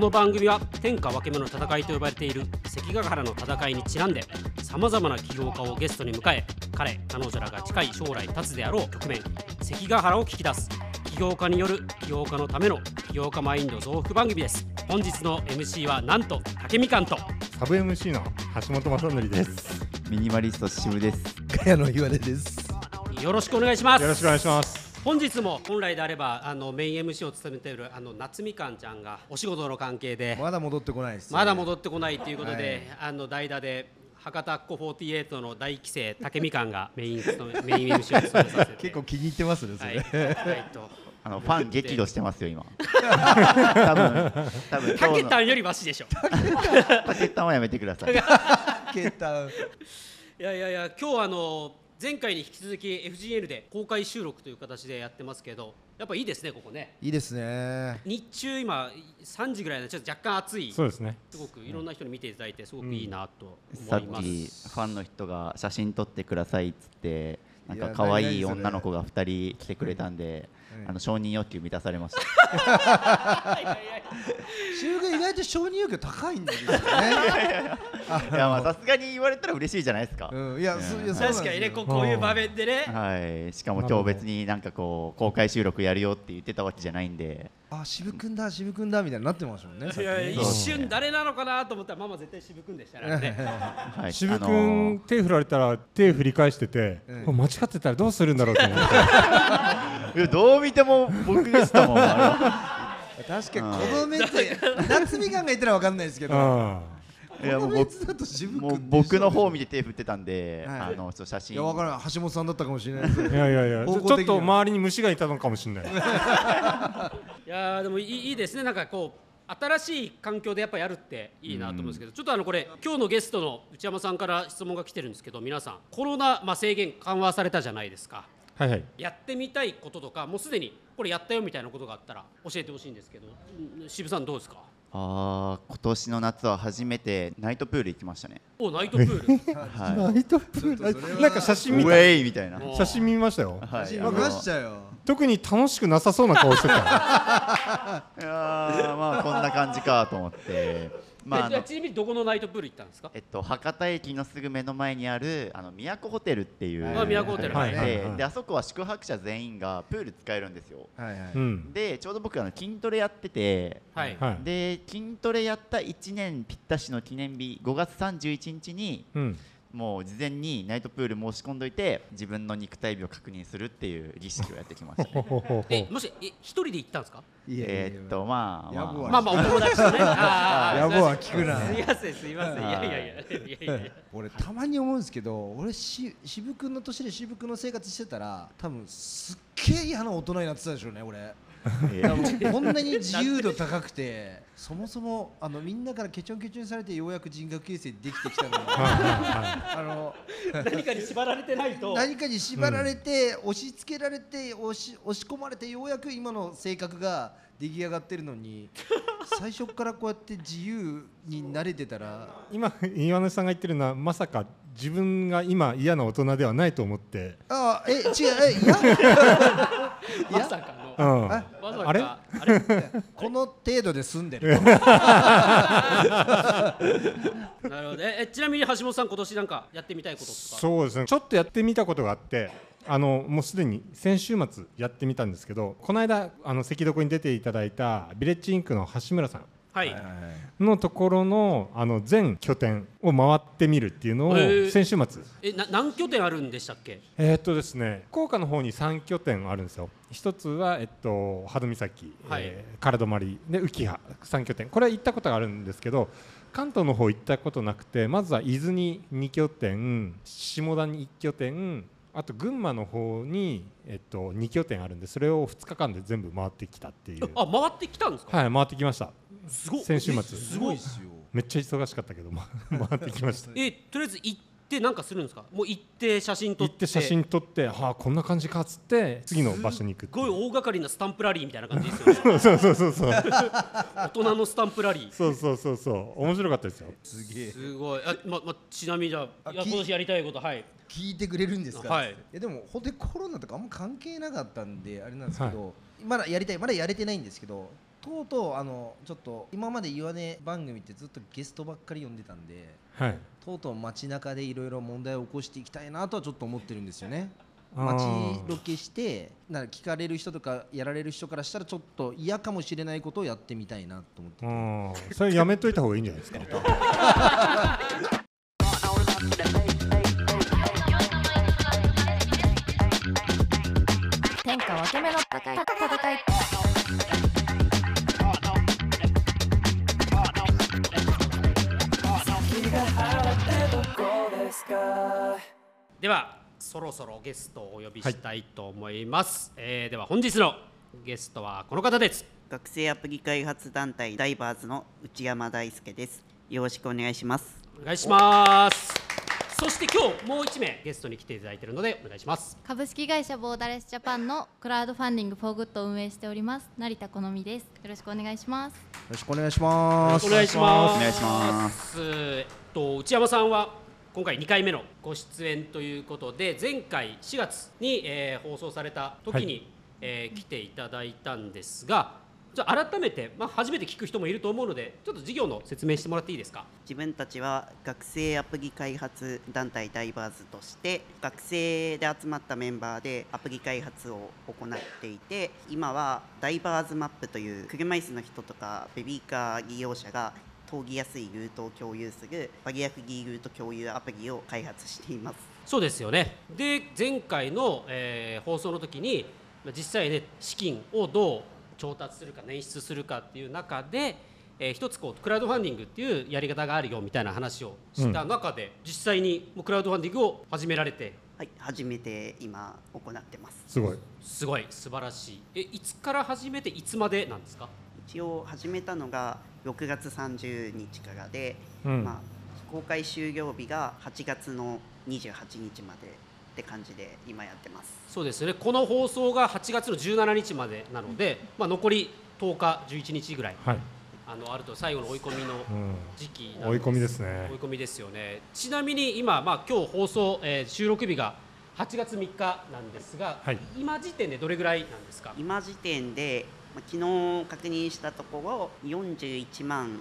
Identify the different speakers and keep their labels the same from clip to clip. Speaker 1: の番組は天下分け目の戦いと呼ばれている関ヶ原の戦いにちなんでさまざまな起業家をゲストに迎え彼彼女らが近い将来立つであろう局面関ヶ原を聞き出す起業家による起業家のための起業家マインド増幅番組です本日の MC はなんと竹みかんと
Speaker 2: サブ MC の橋本正則です。
Speaker 3: ミニマリスト渋です。
Speaker 4: 茅野ひわれです。
Speaker 1: よろしくお願いします
Speaker 2: よろしくお願いします。
Speaker 1: 本日も本来であればあのメイン MC を務めているあの夏みかんちゃんがお仕事の関係で
Speaker 4: まだ戻ってこないです、
Speaker 1: まだ戻ってこないということで、あの代打で博多っ子48の大規制竹みかんがメイン務めメイン MC を務めさせて
Speaker 4: 結構気に入ってますね。そ
Speaker 1: は
Speaker 4: れ
Speaker 1: い、はい、と
Speaker 3: あのファン激怒してますよ 今。多分多分
Speaker 1: た
Speaker 3: 今日
Speaker 1: け
Speaker 3: の
Speaker 1: たんよりマシでしょ
Speaker 3: タケタンはやめてください。
Speaker 4: ケータ
Speaker 1: いやいやいや今日あの前回に引き続き FGN で公開収録という形でやってますけどやっぱいいですねここね
Speaker 4: いいですね。
Speaker 1: 日中今3時ぐらいでちょっと若干暑い
Speaker 2: そうですね。
Speaker 1: すごくいろんな人に見ていただいてすごくいいなと
Speaker 3: さ
Speaker 1: 思
Speaker 3: っ
Speaker 1: い
Speaker 3: きフ
Speaker 1: ます、
Speaker 3: ァンの人が写真撮ってくださいっつってなん
Speaker 4: い
Speaker 3: か
Speaker 4: や
Speaker 3: 可愛い
Speaker 4: 何々それ
Speaker 3: 女の子が二人来てくれたんで、あの承認欲求満たされました。
Speaker 4: 修が意外と承認欲求高いんですよね。
Speaker 3: いやまあさすがに言われたら嬉しいじゃないですか。
Speaker 4: うん、いや、そういやそうなんですよ
Speaker 1: 確かにねこうこういう場面でね、
Speaker 3: はい。しかも今日別になんかこう公開収録やるよって言ってたわけじゃないんで。
Speaker 4: あ、渋くんだ、渋くんだみたいになってましたもんね。
Speaker 1: いやいや
Speaker 3: そう
Speaker 1: 一瞬誰なのかなと思ったらママ絶対渋くんでしたから ね
Speaker 3: はい。
Speaker 2: 渋
Speaker 3: あの
Speaker 2: 君手振られたら手振り返してて、
Speaker 4: うん
Speaker 2: これ間違ってたらどうするんだろうと思 って。
Speaker 3: いやどう見ても僕でしたもん。あ
Speaker 4: 確かに、この 目で、夏みかんがいたらわかんないですけど。こ
Speaker 2: う
Speaker 3: のいやも
Speaker 4: の
Speaker 3: う
Speaker 4: 目
Speaker 3: 僕
Speaker 4: だと渋く。
Speaker 3: もうん僕の方見て手振ってたんで、
Speaker 4: はい
Speaker 3: あのちょっと写真
Speaker 4: いや、わからない、橋本さんだったかもしれないです。
Speaker 2: ん。いやいやいや。ち
Speaker 4: 方
Speaker 2: ょ
Speaker 4: 向
Speaker 2: ちょっ
Speaker 4: 的には
Speaker 2: と周りに虫がいたのかもしれない。
Speaker 1: いやーでもいいいいですねなんかこう新しい環境でやっぱやるっていいなと思うんですけど、ちょっとあのこれ今日のゲストの内山さんから質問が来てるんですけど皆さんコロナ、まあ、制限緩和されたじゃないですか
Speaker 2: はいはい。
Speaker 1: やってみたいこととかもうすでにこれやったよみたいなことがあったら教えてほしいんですけどうん渋さんどうですか
Speaker 3: あー今年の夏は初めてナイトプール行きましたね。
Speaker 1: おナイトプール
Speaker 3: は
Speaker 2: ナイトプ
Speaker 4: ちょっとそれ
Speaker 2: ー
Speaker 4: は
Speaker 2: ル。なんか写
Speaker 3: い。
Speaker 2: 真
Speaker 3: ウ
Speaker 2: 見た。
Speaker 3: ェイみたいな。
Speaker 2: 写真見ましたよ。
Speaker 3: は
Speaker 4: 私
Speaker 3: い。
Speaker 4: 今
Speaker 3: あの
Speaker 4: 出しちゃうよ。
Speaker 2: 特に楽しくなさそうな顔してた。
Speaker 3: いやーまあこんな感じかと思 って。まああ
Speaker 1: えじゃあ
Speaker 3: の
Speaker 1: ちなみにどこのナイトプール行ったんですか
Speaker 3: えっと、博多駅のすぐ目の前にあるあの都ホテルっていう
Speaker 4: あ
Speaker 1: 都ホテル
Speaker 3: はい
Speaker 2: はい
Speaker 3: で
Speaker 2: はいはい。
Speaker 3: であそこは宿泊者全員がプール使えるんですよ
Speaker 4: はいはいう
Speaker 2: ん。
Speaker 3: でちょうど僕あの筋トレやってて
Speaker 1: はい、
Speaker 2: はい。
Speaker 3: で筋トレやった1年ぴったしの記念日5月31日に
Speaker 2: うん。
Speaker 3: もう事前にナイトプール申し込んどいて自分の肉体美を確認するっていう儀式をやってきました
Speaker 2: ほ
Speaker 3: ね
Speaker 2: ほほほ。
Speaker 1: えもしえ一人で行ったんですか
Speaker 4: いやいやいや
Speaker 3: えーっとまあまあ
Speaker 4: 野暮は
Speaker 1: まあまあお友達とねあー
Speaker 4: 野暮は聞くな
Speaker 1: すいませんすいませんい
Speaker 3: は
Speaker 1: や
Speaker 3: い
Speaker 1: いやいやいやいやいや
Speaker 4: 俺たまに思うんですけど俺し渋君の年で渋君の生活してたら多分すっげえ嫌な大人になってたでしょうね俺
Speaker 3: え
Speaker 4: 多
Speaker 3: ー
Speaker 4: 分こんなに自由度高くてそもそもあのみんなからケチョンケチョンされてようやく人格形成できてきたのにあの
Speaker 1: 何かに縛られてないと
Speaker 4: 何かに縛られて、押し付けられて押し押し込まれてようやく今の性格が出来上がってるのに最初からこうやって自由に慣れてたら
Speaker 2: 今岩根さんが言ってるのはまさか自分が今嫌な大人ではないと思って、
Speaker 4: ああえ違うえいや
Speaker 1: まさかの
Speaker 2: うん、
Speaker 4: あ
Speaker 1: まさか
Speaker 2: あれ
Speaker 1: あれ
Speaker 4: この程度で済んでる
Speaker 1: なるほどええちなみに橋本さん今年なんかやってみたいこととか
Speaker 2: そうですねちょっとやってみたことがあってあのもうすでに先週末やってみたんですけどこの間あの赤道に出ていただいたビレッジインクの橋村さ
Speaker 1: はい、
Speaker 2: んのところのあの全拠点を回ってみるっていうの
Speaker 1: へー
Speaker 2: を先週末
Speaker 1: えな何拠点あるんでしたっけ
Speaker 2: えーっとですね福岡の方に3拠点あるんですよ一つは、えっと、波戸岬、
Speaker 1: はい
Speaker 2: えー、唐泊で浮羽3拠点これは行ったことがあるんですけど関東の方行ったことなくてまずは伊豆に2拠点下田に1拠点あと群馬の方に、えっと、2拠点あるんでそれを2日間で全部回ってきたっていう
Speaker 1: あ回ってきたんですか
Speaker 2: はい回ってきました
Speaker 1: すごっ
Speaker 2: 先週末
Speaker 1: すごい
Speaker 4: ですよ
Speaker 2: めっちゃ忙しかったけど、ま、回ってきました
Speaker 1: えとりあえず行ってなんかするんですかもう行って写真撮
Speaker 2: 行
Speaker 1: っ
Speaker 2: ってて写真撮ってはあこんな感じかっつって次の場所に行くっ
Speaker 1: す
Speaker 2: てい
Speaker 1: ごいう大掛かりなスタンプラリーみたいな感じですよね
Speaker 2: そうそうそうそう
Speaker 1: 大人のスタンプラリー
Speaker 2: そうそうそうそう面白かったですよ。
Speaker 4: すげえ
Speaker 1: すごいあ、まま、ちなみにじゃあ
Speaker 4: あ
Speaker 1: いや
Speaker 4: き
Speaker 1: 今年やりたいことはい
Speaker 4: 聞いてくれるんですか、
Speaker 1: はい
Speaker 4: いやでも本当にコロナとかあんま関係なかったんであれなんですけど、まだやりたいまだやれてないんですけどとうとうあのちょっと今まで言わねえ番組ってずっとゲストばっかり呼んでたんで
Speaker 2: はい
Speaker 4: とうとう街中でいろいろ問題を起こしていきたいなとはちょっと思ってるんですよね
Speaker 2: あー
Speaker 4: 街ロケしてなんか聞かれる人とかやられる人からしたらちょっと嫌かもしれないことをやってみたいなと思ってて
Speaker 2: あーそれやめといた方がいいんじゃないですか
Speaker 5: 天下分け目の戦い戦い
Speaker 1: ではそろそろゲストをお呼びしたいと思います、えーでは本日のゲストはこの方です
Speaker 6: 学生アプリ開発団体ダイバーズの内山大輔です。よろしくお願いします。
Speaker 1: お願いしますそして今日もう一名ゲストに来ていただいているのでお願いします
Speaker 7: 株式会社ボーダレスジャパンのクラウドファンディングフォーグッドを運営しております成田好美ですよろしくお願いします
Speaker 4: よろしくお願いします
Speaker 1: お願いします
Speaker 3: お願いします
Speaker 1: すえっと内山さんは今回2回目のご出演ということで前回4月に、えー放送された時に、
Speaker 2: は
Speaker 1: えー来ていただいたんですがじゃあ改めて、まあ、初めて聞く人もいると思うのでちょっと事業の説明してもらっていいですか
Speaker 6: 自分たちは学生アプリ開発団体ダイバーズとして学生で集まったメンバーでアプリ開発を行っていて今はダイバーズマップという車椅子の人とかベビーカー利用者が通りやすいルートを共有するバリアフリールート共有アプリを開発しています。
Speaker 1: そうですよねで前回の、えー放送の時にまあ実際ね資金をどう調達するか捻出するかっていう中で、えー一つこうクラウドファンディングっていうやり方があるよみたいな話をした中で、実際にもうクラウドファンディングを始められて
Speaker 6: はい、初めて今行ってます。
Speaker 2: すごい
Speaker 1: すごい素晴らしいえいつから始めていつまでなんですか
Speaker 6: 一応始めたのが6月30日からで、
Speaker 2: うん
Speaker 6: まあ、公開終了日が8月の28日までって感じで今やってます
Speaker 1: そうですねこの放送が8月の17日までなので、まあ、残り10日11日ぐらい
Speaker 2: はい、
Speaker 1: あのあると最後の追い込みの
Speaker 2: うん、
Speaker 1: 時期なん
Speaker 2: 追い込みですね
Speaker 1: 追い込みですよねちなみに今、まあ、今日放送、えー収録日が8月3日なんですが、
Speaker 2: はい
Speaker 1: 今時点でどれぐらいなんですか
Speaker 6: 今時点でまあ昨日確認したところ41万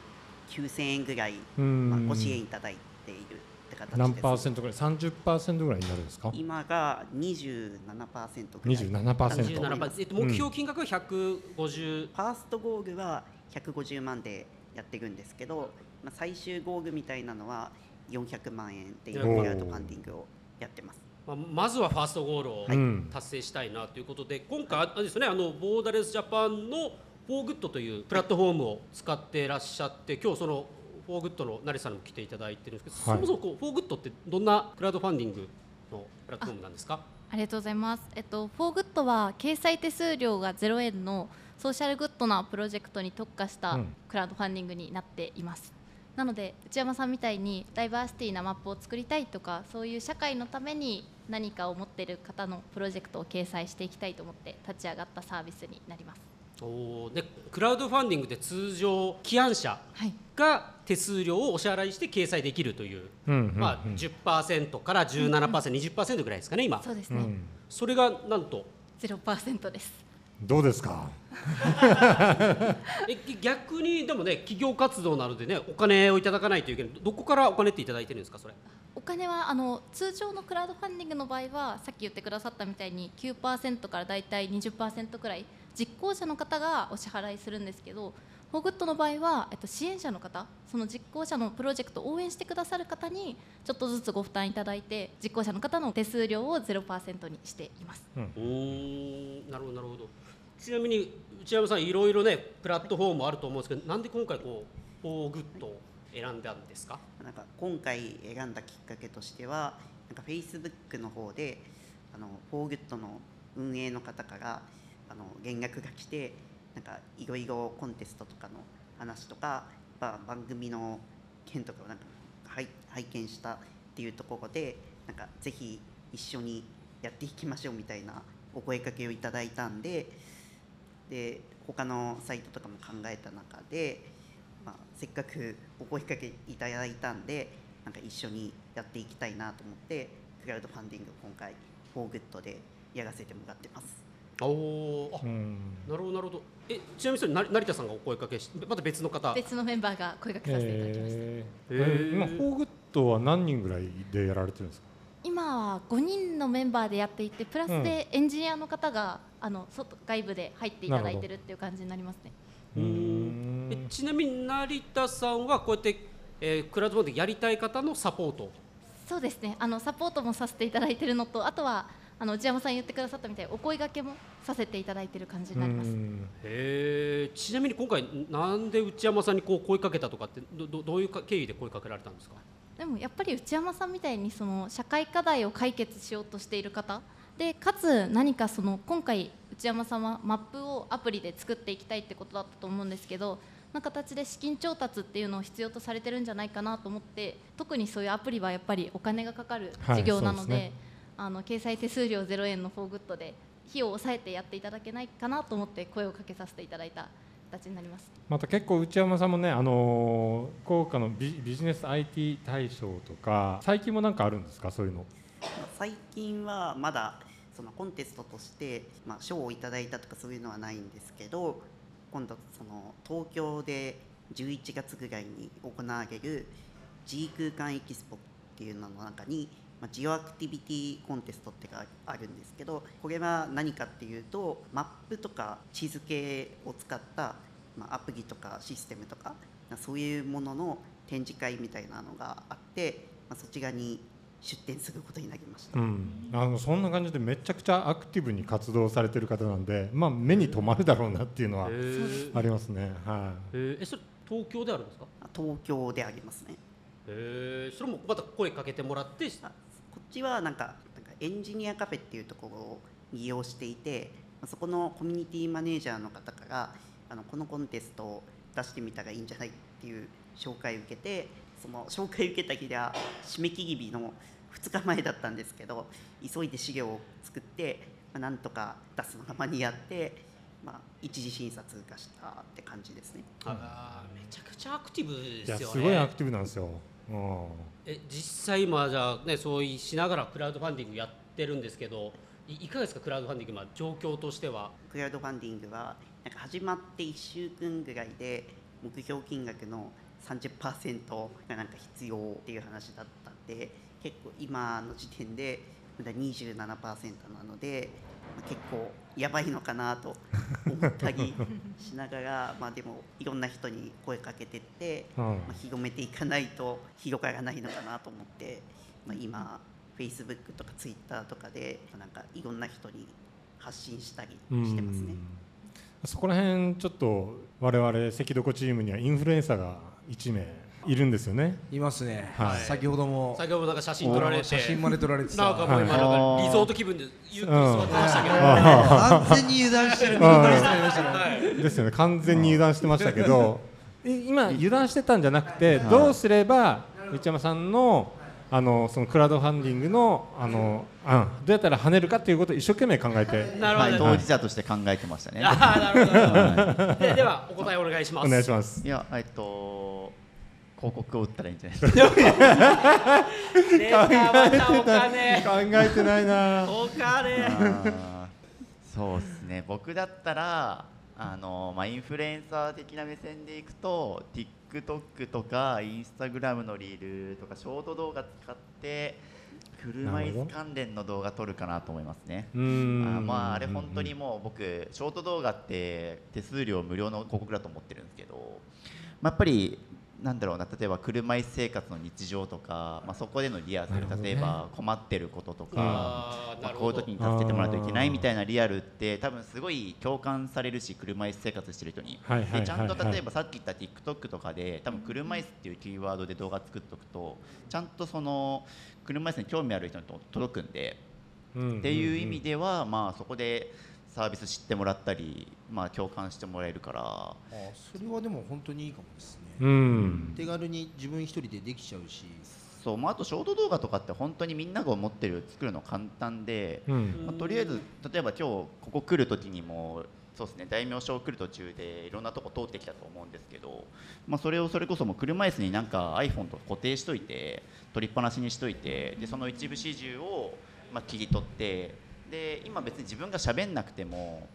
Speaker 6: 9000円ぐらい、
Speaker 2: うん
Speaker 6: まあ、ご支援いただいているって形です
Speaker 2: 何パーセントぐらい30%ぐらいになるんですか
Speaker 6: 今が27%ぐらい
Speaker 2: 27%
Speaker 1: 17パー、えっと、目標金額は150、
Speaker 6: ファーストゴールは150万でやっていくんですけど、まあ、最終ゴールみたいなのは400万円っていう
Speaker 1: おー
Speaker 6: クラウドファンディングをやってます。
Speaker 1: まあ、まずはファーストゴールを
Speaker 2: うん
Speaker 1: 達成したいなということで、今回あれですねあのボーダレスジャパンのフォーグッドというプラットフォームを使ってらっしゃって今日そのフォーグッドの成さんにも来ていただいてるんですけど、
Speaker 2: はい
Speaker 1: そもそもこうフォーグッドってどんなクラウドファンディングのプラットフォームなんですか
Speaker 7: ありがとうございますえっとフォーグッドは掲載手数料が0円のソーシャルグッドなプロジェクトに特化した
Speaker 2: うん
Speaker 7: クラウドファンディングになっています、なので内山さんみたいにダイバーシティなマップを作りたいとかそういう社会のために何かを持っている方のプロジェクトを掲載していきたいと思って立ち上がったサービスになります
Speaker 1: おーでクラウドファンディングで通常起案者
Speaker 7: はい
Speaker 1: が手数料をお支払いして掲載できるという、
Speaker 2: うんうんうん
Speaker 1: まあ、10%から17%、20%ぐらいですかね今
Speaker 7: そうです
Speaker 2: う
Speaker 7: ね、
Speaker 2: ん
Speaker 1: それがなんと
Speaker 7: 0%です
Speaker 2: どうですか
Speaker 1: えぎ逆にでもね企業活動なのでねお金をいただかないといけないどこからお金っていただいてるんですかそれ
Speaker 7: お金はあの通常のクラウドファンディングの場合はさっき言ってくださったみたいに9%からだいたい20%くらい実行者の方がお支払いするんですけどホーグッドの場合は、えっと、支援者の方その実行者のプロジェクトを応援してくださる方にちょっとずつご負担いただいて実行者の方の手数料を0%にしています
Speaker 1: うーんなるほどなるほどちなみに内山さんいろいろねプラットフォームあると思うんですけどなんで今回こうフォーグッドを選んだんですか
Speaker 6: なんか今回選んだきっかけとしてはなんか Facebook の方であのフォーグッドの運営の方からあの連絡が来てなんかいろいろコンテストとかの話とか、まあ、番組の件とかをなんか拝拝見したっていうところでなんかぜひ一緒にやっていきましょうみたいなお声かけをいただいたんでで他のサイトとかも考えた中で、まあ、せっかくお声かけいただいたんでなんか一緒にやっていきたいなと思ってクラウドファンディングを今回フォーグッドでやらせてもらってます。
Speaker 1: あおおーあ
Speaker 2: うん
Speaker 1: なるほどなるほどえちなみにそれな成田さんがお声かけしまた別の方
Speaker 7: 別のメンバーが声掛けさせていただきました、
Speaker 2: え
Speaker 1: へー
Speaker 2: ー、今ホーグッドは何人ぐらいでやられてるんですか
Speaker 7: 今は5人のメンバーでやっていてプラスでエンジニアの方が、あの外外部で入っていただいてるっていう感じになりますね
Speaker 1: うーんえちなみに成田さんはこうやって、えークラウドファンディングやりたい方のサポート
Speaker 7: そうですねあのサポートもさせていただいてるのとあとはあの内山さん言ってくださったみたいにお声掛けもさせていただいてる感じになります、
Speaker 2: うん
Speaker 1: へーちなみに今回なんで内山さんにこう声かけたとかってどどどういうか経緯で声かけられたんですか
Speaker 7: でもやっぱり内山さんみたいにその社会課題を解決しようとしている方でかつ何かその今回内山さんはマップをアプリで作っていきたいってことだったと思うんですけどな形で資金調達っていうのを必要とされてるんじゃないかなと思って特にそういうアプリはやっぱりお金がかかる事業なので,、
Speaker 2: はいそうですね
Speaker 7: あの掲載手数料0円のフォーグッドで費用を抑えてやっていただけないかなと思って声をかけさせていただいた形になります。
Speaker 2: また結構内山さんもね、あのー福岡のビビジネス IT 大賞とか最近もなんかあるんですかそういうの
Speaker 6: 最近はまだそのコンテストとして、まあ、賞をいただいたとかそういうのはないんですけど今度その東京で11月ぐらいに行われる G 空間エキスポっていうのの中に、まあ、ジオアクティビティコンテストってがあるんですけどこれは何かっていうとマップとか地図系を使った、まあ、アプリとかシステムとかそういうものの展示会みたいなのがあって、まあ、そちらに出展することになりました。
Speaker 2: うん、あのそんな感じでめちゃくちゃアクティブに活動されてる方なんで、まあ、目に留まるだろうなっていうのは
Speaker 1: へ
Speaker 2: あ
Speaker 1: ー
Speaker 2: りますね。は
Speaker 1: へーえそれ東京であるんですか
Speaker 6: 東京でありますね
Speaker 1: へーそれもまた声かけてもらって
Speaker 6: あこっちはなんかなんかエンジニアカフェっていうところを利用していてまあそこのコミュニティマネージャーの方からあのこのコンテストを出してみたらいいんじゃないっていう紹介を受けてその紹介受けた日では締め切り日の2日前だったんですけど急いで資料を作って、まあ、なんとか出すのが間に合って、まあ、一次審査通過したって感じですね。
Speaker 1: あーめちゃくちゃアクティブ
Speaker 2: い、い
Speaker 1: で
Speaker 2: や
Speaker 1: すよね
Speaker 2: すごいアクティブなんですよ。うん
Speaker 1: え実際今じゃあねそういうしながらクラウドファンディングやってるんですけどいいかがですかクラウドファンディング今状況としては
Speaker 6: クラウドファンディングはなんか始まって1週間ぐらいで目標金額の30%がなんか必要っていう話だったんで結構今の時点でまだ27%なので、まあ結構やばいのかなと思ったりしながら まあでもいろんな人に声かけてって、
Speaker 2: うん
Speaker 6: まあ、広めていかないと広がらないのかなと思って、まあ、今 Facebook とか Twitter とかでなんかいろんな人に発信したりしてますね。
Speaker 2: そこら辺ちょっと我々赤どこチームにはインフルエンサーが1名いるんですよね。
Speaker 4: いますね、
Speaker 2: はい
Speaker 4: 先ほども
Speaker 1: 先ほどなんか写真撮られて
Speaker 4: 写真まで撮られてた
Speaker 1: なんかもう今なんかリゾート気分でゆっくり座ってましたけど、
Speaker 2: うん
Speaker 1: は
Speaker 4: 完全に油断してる油断してましたね
Speaker 1: い、
Speaker 2: ですよね完全に油断してましたけどい今油断してたんじゃなくてどうすれば内山さんのあのそのクラウドファンディングのあの、うん、どうやったら跳ねるかっていうことを一生懸命考えて
Speaker 1: なる
Speaker 3: はい、
Speaker 1: ほど、
Speaker 3: 当事者として考えてましたね。
Speaker 1: あーなるほどなる
Speaker 3: は
Speaker 1: ほど でではお答えお願いします
Speaker 2: お願いします。
Speaker 3: いいや、えっと、広告を打ったらいいんじゃないですか。
Speaker 1: 出たまたお金
Speaker 2: 考えてないな。
Speaker 1: お金
Speaker 3: あーそうですね。僕だったら、あの、まあ、インフルエンサー的な目線でいくと、TikTok とか Instagram のリールとかショート動画使って、車
Speaker 2: なるほど
Speaker 3: 椅子関連の動画撮るかなと思いますね。
Speaker 2: う
Speaker 3: あ
Speaker 2: ん
Speaker 3: ーまああれ本当にもう僕ショート動画って手数料無料の広告だと思ってるんですけど、まあ、やっぱりなんだろうな例えば車椅子生活の日常とか、まあ、そこでのリアル
Speaker 2: なるほどね
Speaker 3: 例えば困ってることとか。
Speaker 1: あーな
Speaker 3: まあ
Speaker 1: る
Speaker 3: こうい
Speaker 1: ほど
Speaker 3: う時に助けてもらわないといけないみたいなリアルって多分すごい共感されるし車椅子生活してる人に、
Speaker 2: はいはいはいはい
Speaker 3: でちゃんと例えばさっき言った TikTok とかで多分車椅子っていうキーワードで動画作っとくとちゃんとその車椅子に興味ある人に届くんで
Speaker 2: っ
Speaker 3: っていう意味では、まあそこでサービス知ってもらったり、まあ共感してもらえるから、
Speaker 4: あそれはでも本当にいいかもです
Speaker 2: う
Speaker 4: ね、
Speaker 2: ん
Speaker 4: 手軽に自分一人でできちゃうし
Speaker 3: そうまああとショート動画とかって本当にみんなが思ってる作るの簡単で、
Speaker 2: うん
Speaker 3: まあとりあえず例えば今日ここ来る時にも。そうですね大名所を来る途中でいろんなとこ通ってきたと思うんですけど、まあ、それをそれこそもう車椅子になんか iPhone と固定しといて取りっぱなしにしといてでその一部始終をまあ切り取ってで今別に自分が喋んなくても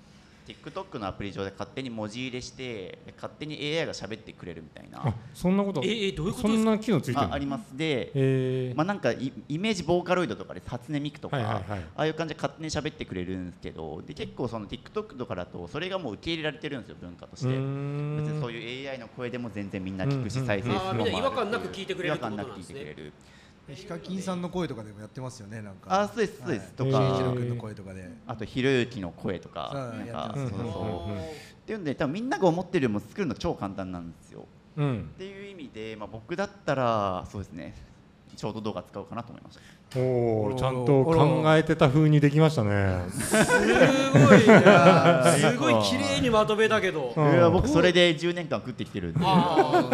Speaker 3: TikTok のアプリ上で勝手に文字入れして勝手に AI が喋ってくれるみたい
Speaker 2: あ
Speaker 3: な
Speaker 2: そんなこと
Speaker 1: えーえーどういうこと
Speaker 2: そ
Speaker 1: です
Speaker 2: ん
Speaker 1: か
Speaker 2: な機能ついてる
Speaker 3: あ
Speaker 2: の
Speaker 3: ありますで、
Speaker 2: えー
Speaker 3: まあ、なんかイイメージボーカロイドとかで初音ミクとか、
Speaker 2: はいはいはい
Speaker 3: ああいう感じで勝手に喋ってくれるんですけどで結構その TikTok とかだとそれがもう受け入れられてるんですよ文化として
Speaker 2: うー
Speaker 3: 別
Speaker 2: ん
Speaker 3: にそういう AI の声でも全然みんな聞く
Speaker 2: うん
Speaker 3: し
Speaker 2: うん
Speaker 3: 再生数も
Speaker 1: あーみんな違和感なく聞いてくれるってことなんですね
Speaker 3: 違和感なく聞いてくれる
Speaker 4: ヒカキンさんの声とかでもやってますよねなんか
Speaker 3: あーそうですそうです、
Speaker 4: はい
Speaker 3: と
Speaker 2: え
Speaker 3: か
Speaker 2: ー
Speaker 4: 慎一郎君の声とかで
Speaker 3: あとひろゆきの声とか
Speaker 4: そう
Speaker 3: なん
Speaker 4: やっ
Speaker 3: かそ
Speaker 4: てま
Speaker 3: う
Speaker 4: す
Speaker 3: そう
Speaker 4: ね
Speaker 3: そう
Speaker 2: うんうん
Speaker 3: っていうんで多分みんなが思ってるよりも作るの超簡単なんですよ
Speaker 2: うん
Speaker 3: っ、ていう意味で、まあ、僕だったらそうですねショート動画使おうかなと思いました
Speaker 2: お
Speaker 4: お
Speaker 2: お
Speaker 4: ら
Speaker 2: ちゃんと考えてた風にできましたね。
Speaker 1: すごいね
Speaker 4: や
Speaker 3: ー
Speaker 1: すごい綺麗にまとめたけど
Speaker 2: う。
Speaker 3: いや
Speaker 2: ん、
Speaker 3: 僕それで10年間食ってきてるんで
Speaker 1: あ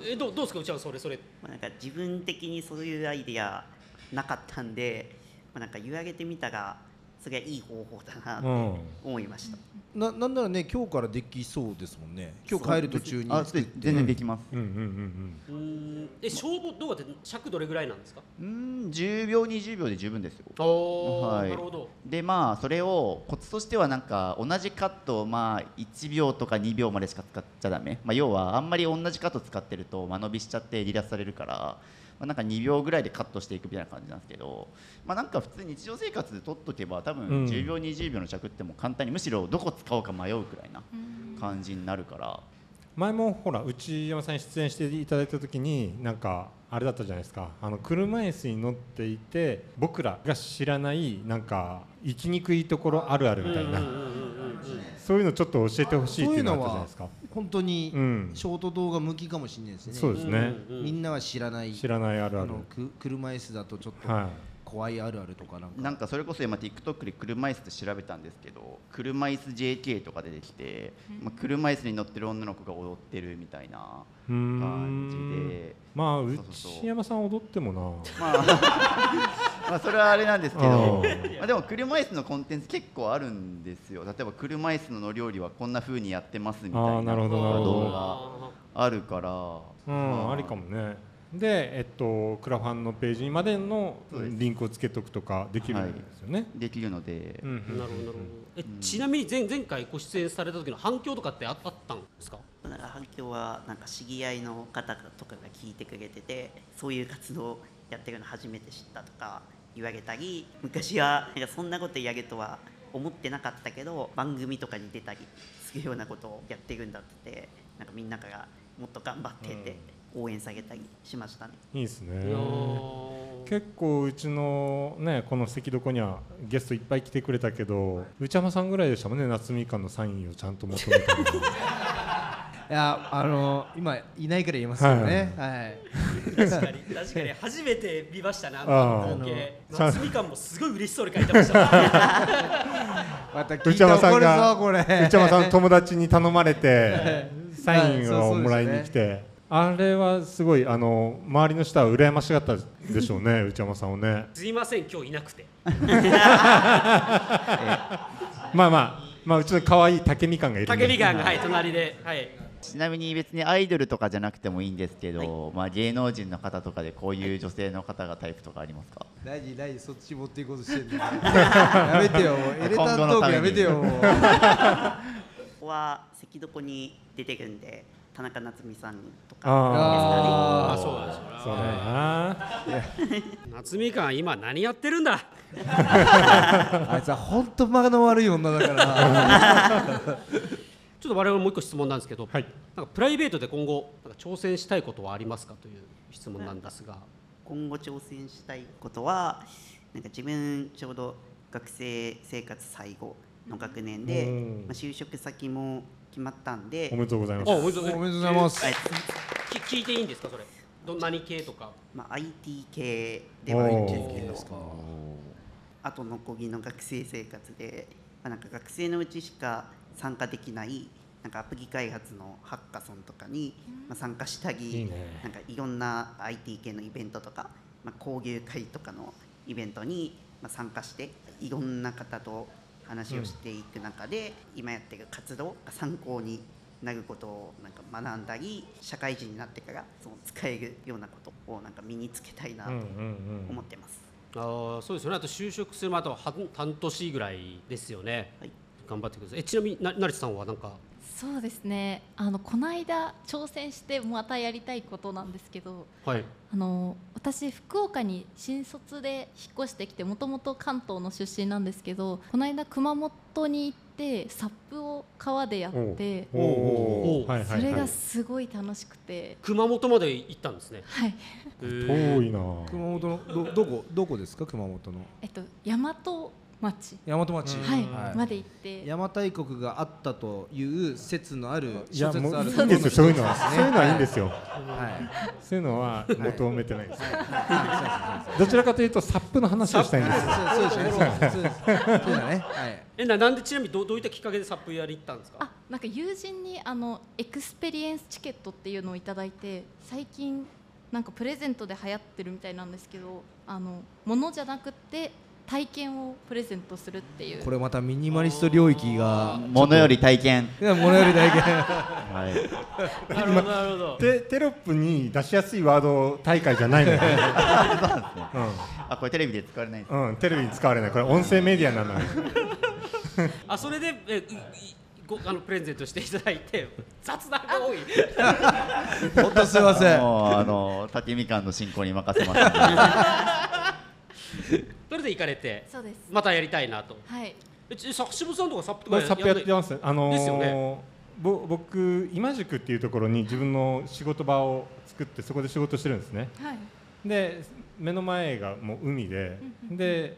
Speaker 1: ー えどうどうですかうちはそれそれ。
Speaker 6: まあ、なんか自分的にそういうアイディアなかったんで、まあ、なんか言われてみたらそれはいい方法だ なっ
Speaker 2: う
Speaker 6: て
Speaker 2: ん、
Speaker 6: 思いました、
Speaker 4: ななんならね今日からできそうですもんね今日帰る途中に
Speaker 3: あそうです全然できます
Speaker 2: うんうんうん
Speaker 1: うーんえ消防動画って尺どれぐらいなんですか。
Speaker 3: うん10秒20秒で十分ですよ
Speaker 1: お
Speaker 3: はい
Speaker 1: なるほど。
Speaker 3: でまあそれをコツとしてはなんか同じカットをまあ1秒とか2秒までしか使っちゃダメ、まあ、要はあんまり同じカット使ってると間延びしちゃって離脱されるから、まあ、なんか2秒ぐらいでカットしていくみたいな感じなんですけど、まあ、なんか普通日常生活で撮っとけば多
Speaker 2: うん
Speaker 3: 分10秒20秒の尺ってもう簡単にむしろどこ使おうか迷うくらいな感じになるから。
Speaker 2: 前もほら内山さんに出演していただいた時になんかあれだったじゃないですかあの車椅子に乗っていて僕らが知らないなんか行きにくいところあるあるみたいな、
Speaker 1: うんうんうんうん
Speaker 2: そういうのちょっと教えてほしいっ
Speaker 4: そう
Speaker 2: て
Speaker 4: い
Speaker 2: いううの
Speaker 4: の
Speaker 2: があったじゃない
Speaker 4: は
Speaker 2: ですか
Speaker 4: 本当に
Speaker 2: うん
Speaker 4: ショート動画向きかもしれないですね
Speaker 2: そうですね、
Speaker 1: うんうん
Speaker 4: みんなは知らない
Speaker 2: 知らないあるあ
Speaker 4: あ
Speaker 2: る
Speaker 4: のく車椅子だとちょっと
Speaker 2: は、
Speaker 4: 怖いあるあるとかなんか
Speaker 3: なんかそれこそ今 TikTok で車椅子って調べたんですけど車椅子 JK とか出てきて、まあ、車椅子に乗ってる女の子が踊ってるみたいな
Speaker 2: うー
Speaker 3: い
Speaker 2: ん
Speaker 3: 感じで
Speaker 2: まあ
Speaker 3: そうそう
Speaker 2: 内山さん踊ってもな
Speaker 3: まあ まあそれはあれなんですけ
Speaker 2: う
Speaker 3: ど
Speaker 2: ん、
Speaker 3: まあ、でも車椅子のコンテンツ結構あるんですよ例えば車椅子の料理はこんな風にやってますみたい
Speaker 2: あーな
Speaker 3: な
Speaker 2: るほどなるほど
Speaker 3: 動画あるか
Speaker 2: う
Speaker 3: ら、
Speaker 2: ん、
Speaker 3: ま
Speaker 2: ありかもねで、えっと、クラファンのページまでの
Speaker 3: そうです
Speaker 2: リンクをつけとくとかできるんですよね、
Speaker 3: できるので、
Speaker 2: うんうん
Speaker 1: なるほどなるほど。えちなみに前前回ご出演された時の反響とかってああったんですか。
Speaker 6: なんか反響はなんか知り合いの方とかが聞いてくれててそういう活動やってるの初めて知ったとか言われたり昔はなんかそんなことやるとは思ってなかったけど番組とかに出たりするようなことをやってるんだってなんかみんなからもっと頑張ってって応援されたりしましたね。
Speaker 2: いいですね
Speaker 1: いやー
Speaker 2: 結構うちのねこの関床にはゲストいっぱい来てくれたけど内山さんぐらいでしたもんね夏みかんのサインをちゃんと求めたの
Speaker 4: いやあの今いないから言えますけどねはい
Speaker 1: 確かに確かに初めて見ましたねあ
Speaker 2: あ
Speaker 1: の
Speaker 2: あ
Speaker 1: 光景
Speaker 2: あの
Speaker 1: 夏みかんもすごい嬉しそうに書いてましたもんね
Speaker 4: また聞い
Speaker 2: 内
Speaker 4: て
Speaker 2: 山さ
Speaker 4: 怒
Speaker 2: ん
Speaker 4: るぞ
Speaker 2: が
Speaker 4: これ
Speaker 2: 内山さん 友達に頼まれてサインをもらいに来て、あれはすごいあの周りの人は羨ましがったでしょうね内山さんをね
Speaker 1: すいません今日いな くて
Speaker 2: まあまあまあうちの可愛い竹みかんがいるんで
Speaker 1: 竹みかんがはい隣ではい
Speaker 3: ちなみに別にアイドルとかじゃなくてもいいんですけど、まあ、芸能人の方とかでこういう女性の方がタイプとかありますか、
Speaker 4: 何何そっち持っていこうとしてんのやめてよもうエレタントークやめてよもう
Speaker 6: ここは関床に出てるんで田中夏実さんとか
Speaker 1: あ
Speaker 2: ああ
Speaker 1: そうなんですよ
Speaker 2: そうだよな
Speaker 1: 夏みかん今何やってるんだ
Speaker 4: あいつは本当間の悪い女だから
Speaker 1: ちょっと我々もう一個質問なんですけど、
Speaker 2: はい
Speaker 1: なんかプライベートで今後なんか挑戦したいことはありますかという質問なんですが、
Speaker 6: 今後挑戦したいことはなんか自分ちょうど学生生活最後の学年で、
Speaker 2: うん
Speaker 6: まあ、就職先も決まったん
Speaker 2: お
Speaker 6: で
Speaker 2: め、でとうございま
Speaker 1: あ
Speaker 2: す
Speaker 1: おめでとう
Speaker 4: おめでとうございます
Speaker 6: えっ
Speaker 1: き聞いていいんですかそれど何系とか
Speaker 6: まあ、IT 系ではあるんですけどあと残りの学生生活で、まあ、なんか学生のうちしか参加できないなんかアプリ開発のハッカソンとかにまあ参加したり
Speaker 2: いいね
Speaker 6: なんかいろんな IT 系のイベントとか、まあ、交流会とかのイベントにまあ参加していろんな方と話をしていく中で、今やってる活動が参考になることをなんか学んだり社会人になってからその使えるようなことをなんか身につけたいな
Speaker 2: う
Speaker 6: と
Speaker 2: んうんうん
Speaker 6: 思ってます。
Speaker 1: ああそうですよねあと就職するまであと半半年ぐらいですよね、
Speaker 6: はい
Speaker 1: 頑張ってくださいえちなみにな成瀬さんはなんか
Speaker 7: そうですねあのこの間挑戦してまたやりたいことなんですけど
Speaker 1: はい
Speaker 7: あの私福岡に新卒で引っ越してきてもともと関東の出身なんですけどこの間熊本に行ってサップを川でやって
Speaker 2: おお
Speaker 1: お
Speaker 2: はい
Speaker 7: そ
Speaker 2: はい
Speaker 7: れ
Speaker 2: は
Speaker 7: が
Speaker 2: い
Speaker 7: すごい楽しくて
Speaker 1: 熊本まで行ったんですね
Speaker 7: はい
Speaker 1: へー
Speaker 2: 遠いな
Speaker 4: 熊本のどどこどこですか熊本の
Speaker 7: えっと大和町
Speaker 4: 大和町、
Speaker 1: うん
Speaker 7: はい、
Speaker 4: はい
Speaker 7: まで行って
Speaker 4: 邪馬台国があったという説のある
Speaker 2: いや
Speaker 4: 諸説
Speaker 2: も
Speaker 4: あ
Speaker 2: う
Speaker 4: る
Speaker 2: いいんですよそういうのは
Speaker 4: です
Speaker 2: そ
Speaker 4: ね
Speaker 2: ういうのはいいんですよ
Speaker 4: はい
Speaker 2: そういうのは求めてないです
Speaker 4: はい
Speaker 2: どちらかというとサップの話をしたいんです
Speaker 4: そうそうですねそうですそうですそうだねはい
Speaker 1: えななんでちなみにどうどういったきっかけでサップやりに行ったんですか
Speaker 7: あなんか友人にあのエクスペリエンスチケットっていうのをいただいて最近なんかプレゼントで流行ってるみたいなんですけどあの物じゃなくて体験をプレゼントするっていう
Speaker 4: これまたミニマリスト領域が
Speaker 3: ものより体験
Speaker 4: いや物より大 変
Speaker 3: はい
Speaker 1: なるほどなるほど
Speaker 2: テテロップに出しやすいワード大会じゃないのよ、
Speaker 3: あこれテレビで使われないんです
Speaker 2: うんうん、テレビに使われないこれ音声メディアなのよ
Speaker 1: あそれでえいいごあのプレゼントしていただいて雑談が多い
Speaker 4: 本当すいませんは
Speaker 3: もうあの竹みかんの進行に任せ ますんで
Speaker 1: それで行かれて
Speaker 7: そうです
Speaker 1: またやりたいなと
Speaker 7: はい
Speaker 1: えちさ橋本さんとかサップとか
Speaker 2: 僕サップやって
Speaker 1: や
Speaker 2: ますあのー
Speaker 1: ですよね
Speaker 2: ぼ僕今宿っていうところに自分の仕事場を作ってそこで仕事してるんですね
Speaker 7: はい
Speaker 2: で目の前がもう海でで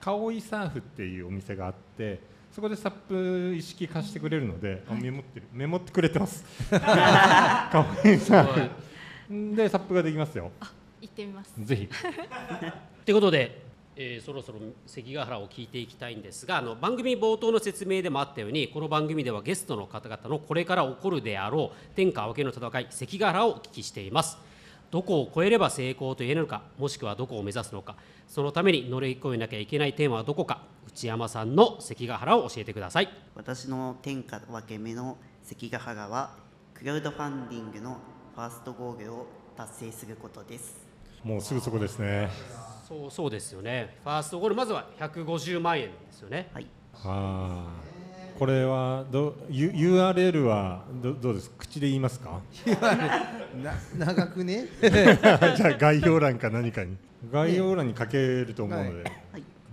Speaker 2: 顔いサーフっていうお店があってそこでサップ一式貸してくれるので、あメモってるメモってくれてます
Speaker 1: すごい
Speaker 2: 顔いサーフでサップができますよ
Speaker 7: 行ってみます
Speaker 2: ぜひ
Speaker 1: ということで、えーそろそろ関ヶ原を聞いていきたいんですがあの番組冒頭の説明でもあったようにこの番組ではゲストの方々のこれから起こるであろう天下分けの戦い関ヶ原をお聞きしていますどこを超えれば成功と言えるのかもしくはどこを目指すのかそのために乗り越えなきゃいけないテーマはどこか内山さんの関ヶ原を教えてください
Speaker 6: 私の天下分け目の関ヶ原はクラウドファンディングのファーストゴールを達成することです
Speaker 2: もうすぐそこですね
Speaker 1: そうそうですよねファーストゴールまずは150万円ですよね
Speaker 6: はい
Speaker 2: ああこれはど U URL はどどうです口で言いますか
Speaker 4: な長く ね
Speaker 2: じゃあ概要欄か何かに概要欄に書けると思うので、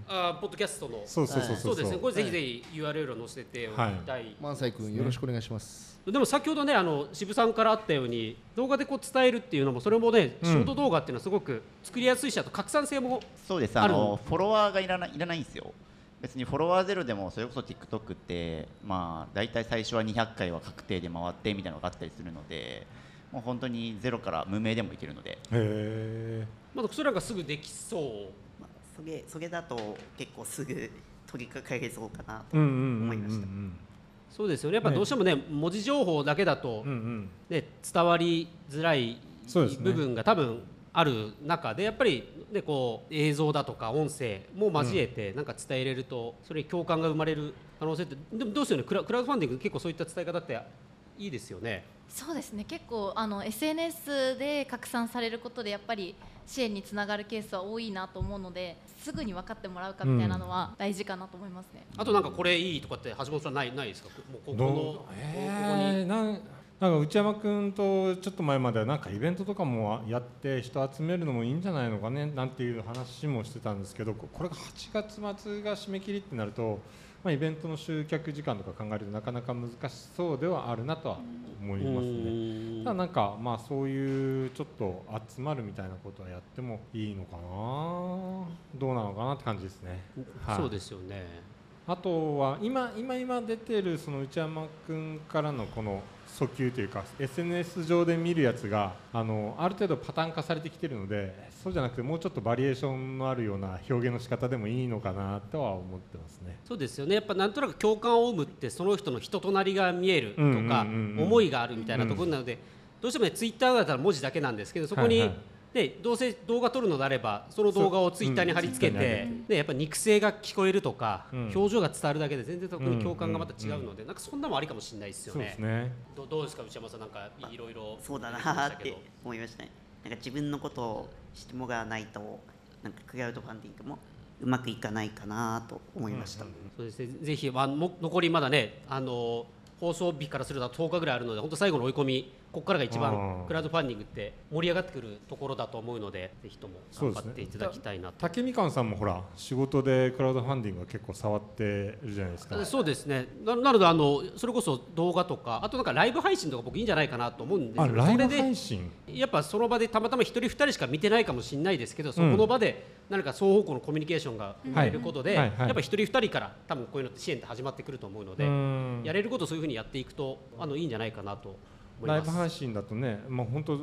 Speaker 1: あーポッドキャストの
Speaker 2: そうそうそう
Speaker 1: そ
Speaker 2: そう
Speaker 1: うですねこれぜひ
Speaker 4: は
Speaker 1: ぜひ URL を載せておきたい
Speaker 4: 萬斎君よろしくお願いします
Speaker 1: でも先ほどねあの渋さんからあったように動画でこう伝えるっていうのもそれもね、
Speaker 2: うん
Speaker 1: ショート動画っていうのはすごく作りやすいしあと拡散性も
Speaker 3: そうです
Speaker 1: あ
Speaker 3: あ
Speaker 1: る
Speaker 3: のフォロワーがいらないいらないんですよ別にフォロワーゼロでもそれこそ TikTok ってまあ大体最初は200回は確定で回ってみたいなのがあったりするのでもう本当にゼロから無名でもいけるので
Speaker 2: へえ
Speaker 1: まだそれなんかすぐできそう
Speaker 6: まあ、それそれだと結構すぐ取り掛かれそうかなと
Speaker 2: うんうん
Speaker 6: 思
Speaker 2: うんう
Speaker 6: いました、
Speaker 2: ん
Speaker 1: そうですよねやっぱ
Speaker 2: ね
Speaker 1: どうしてもね文字情報だけだと、
Speaker 2: うんうん
Speaker 1: ね、伝わりづらい
Speaker 2: そうですね
Speaker 1: 部分が多分ある中でやっぱり、ね、こう映像だとか音声も交えてなんか伝えれると、それに共感が生まれる可能性ってでもどうですよねクラクラウドファンディング結構そういった伝え方っていいですよね。
Speaker 7: そうですね結構あの SNS で拡散されることでやっぱり支援につながるケースは多いなと思うのですぐに分かってもらうかみたいなのは大事かなと思いますね、
Speaker 1: あとなんかこれいいとかって橋本さんないないですか？もうここのこ
Speaker 2: どうえー、なんなんか内山君とちょっと前まではなんかイベントとかもやって人集めるのもいいんじゃないのかねなんていう話もしてたんですけどここれが8月末が締め切りってなると、まあ、イベントの集客時間とか考えるとなかなか難しそうではあるなとは思
Speaker 1: こ
Speaker 2: い
Speaker 1: に
Speaker 2: ますね。
Speaker 1: うーん
Speaker 2: ただなんかまあそういうちょっと集まるみたいなことはやってもいいのかなどうなのかなって感じですね。はい
Speaker 1: そうですよね。
Speaker 2: あとは今今今出てるその内山君からのこの訴求というか SNS 上で見るやつがあのある程度パターン化されてきてるのでそうじゃなくてもうちょっとバリエーションのあるような表現の仕方でもいいのかなとは思ってますね。
Speaker 1: そうですよね。やっぱなんとなく共感を生むってその人の人となりが見えると
Speaker 2: うんうん
Speaker 1: か
Speaker 2: うんうん
Speaker 1: 思いがあるみたいなところなので、どうしてもねツイッターだったら文字だけなんですけどそこに、
Speaker 2: はいはい
Speaker 1: ね、どうせ動画撮るのであればその動画をツイッターに貼り付け
Speaker 2: そう
Speaker 1: て、ね、やっぱ肉声が聞こえるとか、
Speaker 2: うん
Speaker 1: 表情が伝わるだけで全然そこに共感がまた違うので、
Speaker 2: うん
Speaker 1: なんかそんなもありかもしれないですよ
Speaker 2: そう
Speaker 1: ね。
Speaker 2: ですね。
Speaker 1: どどうですか内山さんなんかいろいろ
Speaker 6: そうだな
Speaker 1: 言いま
Speaker 6: ー
Speaker 1: した
Speaker 6: っ
Speaker 1: け
Speaker 6: て
Speaker 1: ど
Speaker 6: 思いましたねなんか自分のことをしてもらわないとなんかクラウドファンディングもうまくいかないかなと思いました、
Speaker 1: そうですね、ぜひ、まあ、も残りまだね、あの放送日からすると10日ぐらいあるので、本当、最後の追い込み、ここからが一
Speaker 2: う
Speaker 1: 番
Speaker 2: ん
Speaker 1: クラウドファンディングって盛り上がってくるところだと思うので、ぜひとも頑張っていただきたいなと。
Speaker 2: 竹みかんさんもほら仕事でクラウドファンディングは結構触ってるじゃないですか
Speaker 1: そうですねななのであのそれこそ動画とかあとなんかライブ配信とか僕いいんじゃないかなと思うんです
Speaker 2: あ
Speaker 1: よ
Speaker 2: ライブ
Speaker 1: それで
Speaker 2: 配信
Speaker 1: やっぱその場でたまたま一人二人しか見てないかもしれないですけど、そこの場で何か双方向のコミュニケーションが生まれることで、
Speaker 2: はいはいはい
Speaker 1: やっぱ一人二人から多分こういうのって支援って始まってくると思うので、
Speaker 2: うん
Speaker 1: やれることをそういうふうにやっていくとあのいいんじゃないかなと思い
Speaker 2: ライ
Speaker 1: ま
Speaker 2: ブ
Speaker 1: す。
Speaker 2: 配信だとねもう本当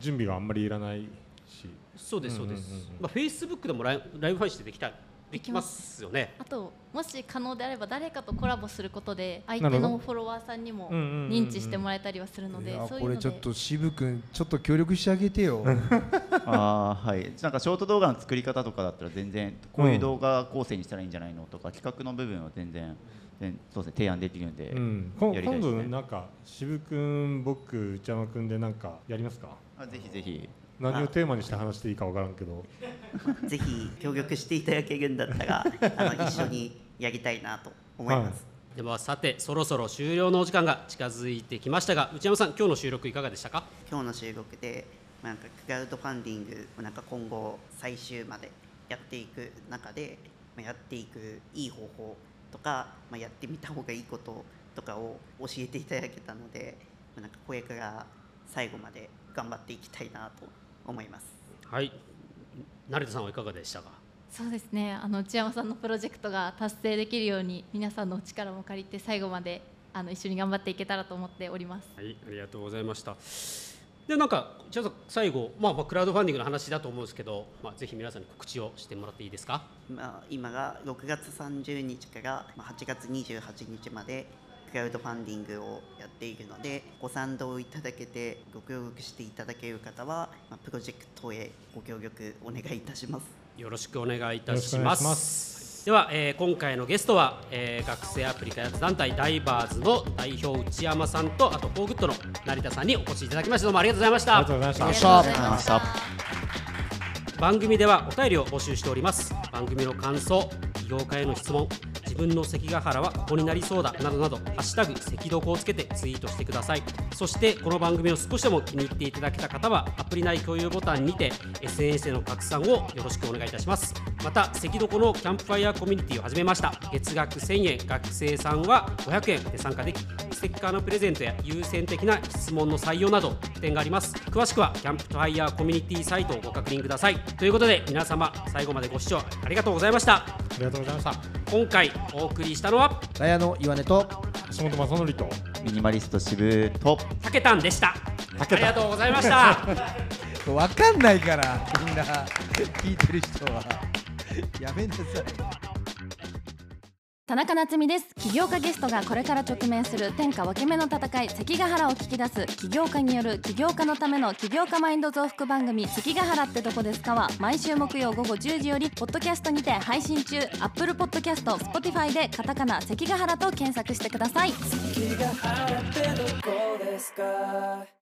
Speaker 2: 準備があんまりいらないし
Speaker 1: そうですそうです
Speaker 2: うんうんうん。
Speaker 1: まあ Facebook でもライライブ配信できたできますよね。
Speaker 7: あともし可能であれば誰かとコラボすることで相
Speaker 2: なる
Speaker 7: 手
Speaker 2: ほど
Speaker 7: のフォロワーさんにも
Speaker 2: うんうんうんうん
Speaker 7: 認知してもらえたりはするの
Speaker 4: い
Speaker 7: で
Speaker 4: や
Speaker 7: そうい
Speaker 4: こ
Speaker 7: う
Speaker 4: れ
Speaker 7: の
Speaker 4: ちょっ
Speaker 7: で
Speaker 4: と渋君ちょっと協力してあげてよ
Speaker 3: あーはい なんかショート動画の作り方とかだったら全然こういう動画構成にしたらいいんじゃないのとか企画の部分は全然全そうですね提案できるんで、
Speaker 2: うん、こん
Speaker 3: やりたい
Speaker 2: 今
Speaker 3: です
Speaker 2: 度
Speaker 3: ね
Speaker 2: なんか渋くん僕内山くんでなんかやりますか
Speaker 3: あぜひぜひ
Speaker 2: 何をテーマにして話していいかわからんけど
Speaker 6: ぜひ協力していただけるんだっ たらあの一緒にやりたいなと思います、
Speaker 1: ではさてそろそろ終了のお時間が近づいてきましたが内山さん今日の収録いかがでしたか？
Speaker 6: 今日の収録でなんかクラウドファンディングをなんか今後最終までやっていく中でまあやっていくいい方法とか、まあ、やってみた方がいいこととかを教えていただけたので、まあなんかこれから最後まで頑張っていきたいなと思います。
Speaker 1: はい。成田さんはいかがでしたか？
Speaker 7: そうですねあの内山さんのプロジェクトが達成できるように皆さんのお力も借りて最後まであの一緒に頑張っていけたらと思っております。
Speaker 1: はい、ありがとうございました。で、なんか、ちょっと最後、まあ、まあ、クラウドファンディングの話だと思うんですけど、まあ、ぜひ皆さんに告知をしてもらっていいですか。
Speaker 6: まあ、今が6月30日からまあ8月28日までクラウドファンディングをやっているのでご賛同いただけてご協力していただける方はまあプロジェクトへご協力お願いいたします。
Speaker 1: よろしくお願いいたします。
Speaker 2: よろしくお願いしま
Speaker 1: では、えー今回のゲストは、えー学生アプリ開発団体ダイバーズの代表内山さんとあとフォーグッドの成田さんにお越しいただきましたどうもありがとうございまし
Speaker 2: あ
Speaker 1: た
Speaker 2: りがとうございました
Speaker 7: あり
Speaker 6: がとうご
Speaker 7: が
Speaker 6: ざいましたた
Speaker 1: 番組ではお便りを募集しております番組の感想起業家への質問自分の関ヶ原はここになりそうだなどなど「ハッシュタグ赤道をつけてツイートしてくださいそしてこの番組を少しでも気に入っていただけた方はアプリ内共有ボタンにて SNS への拡散をよろしくお願いいたしますまた赤道のキャンプファイヤーコミュニティを始めました月額1000円学生さんは500円で参加できステッカーのプレゼントや優先的な質問の採用など特典があります詳しくはキャンプファイヤーコミュニティサイトをご確認くださいということで皆様最後までご視聴ありがとうございました
Speaker 2: ありがとうございました
Speaker 1: 今回お送りしたのは
Speaker 4: ダイヤの岩根と
Speaker 2: 橋本正則と
Speaker 3: ミニマリスト渋と
Speaker 1: たけたんでしたありがとうございました
Speaker 4: 分かんないからみんな聞いてる人はやめなさい
Speaker 5: 田中夏実です起業家ゲストがこれから直面する天下分け目の戦い関ヶ原を聞き出す起業家による起業家のための起業家マインド増幅番組関ヶ原ってどこですかは毎週木曜午後10時よりポッドキャストにて配信中 Apple Podcast Spotify でカタカナ関ヶ原と検索してください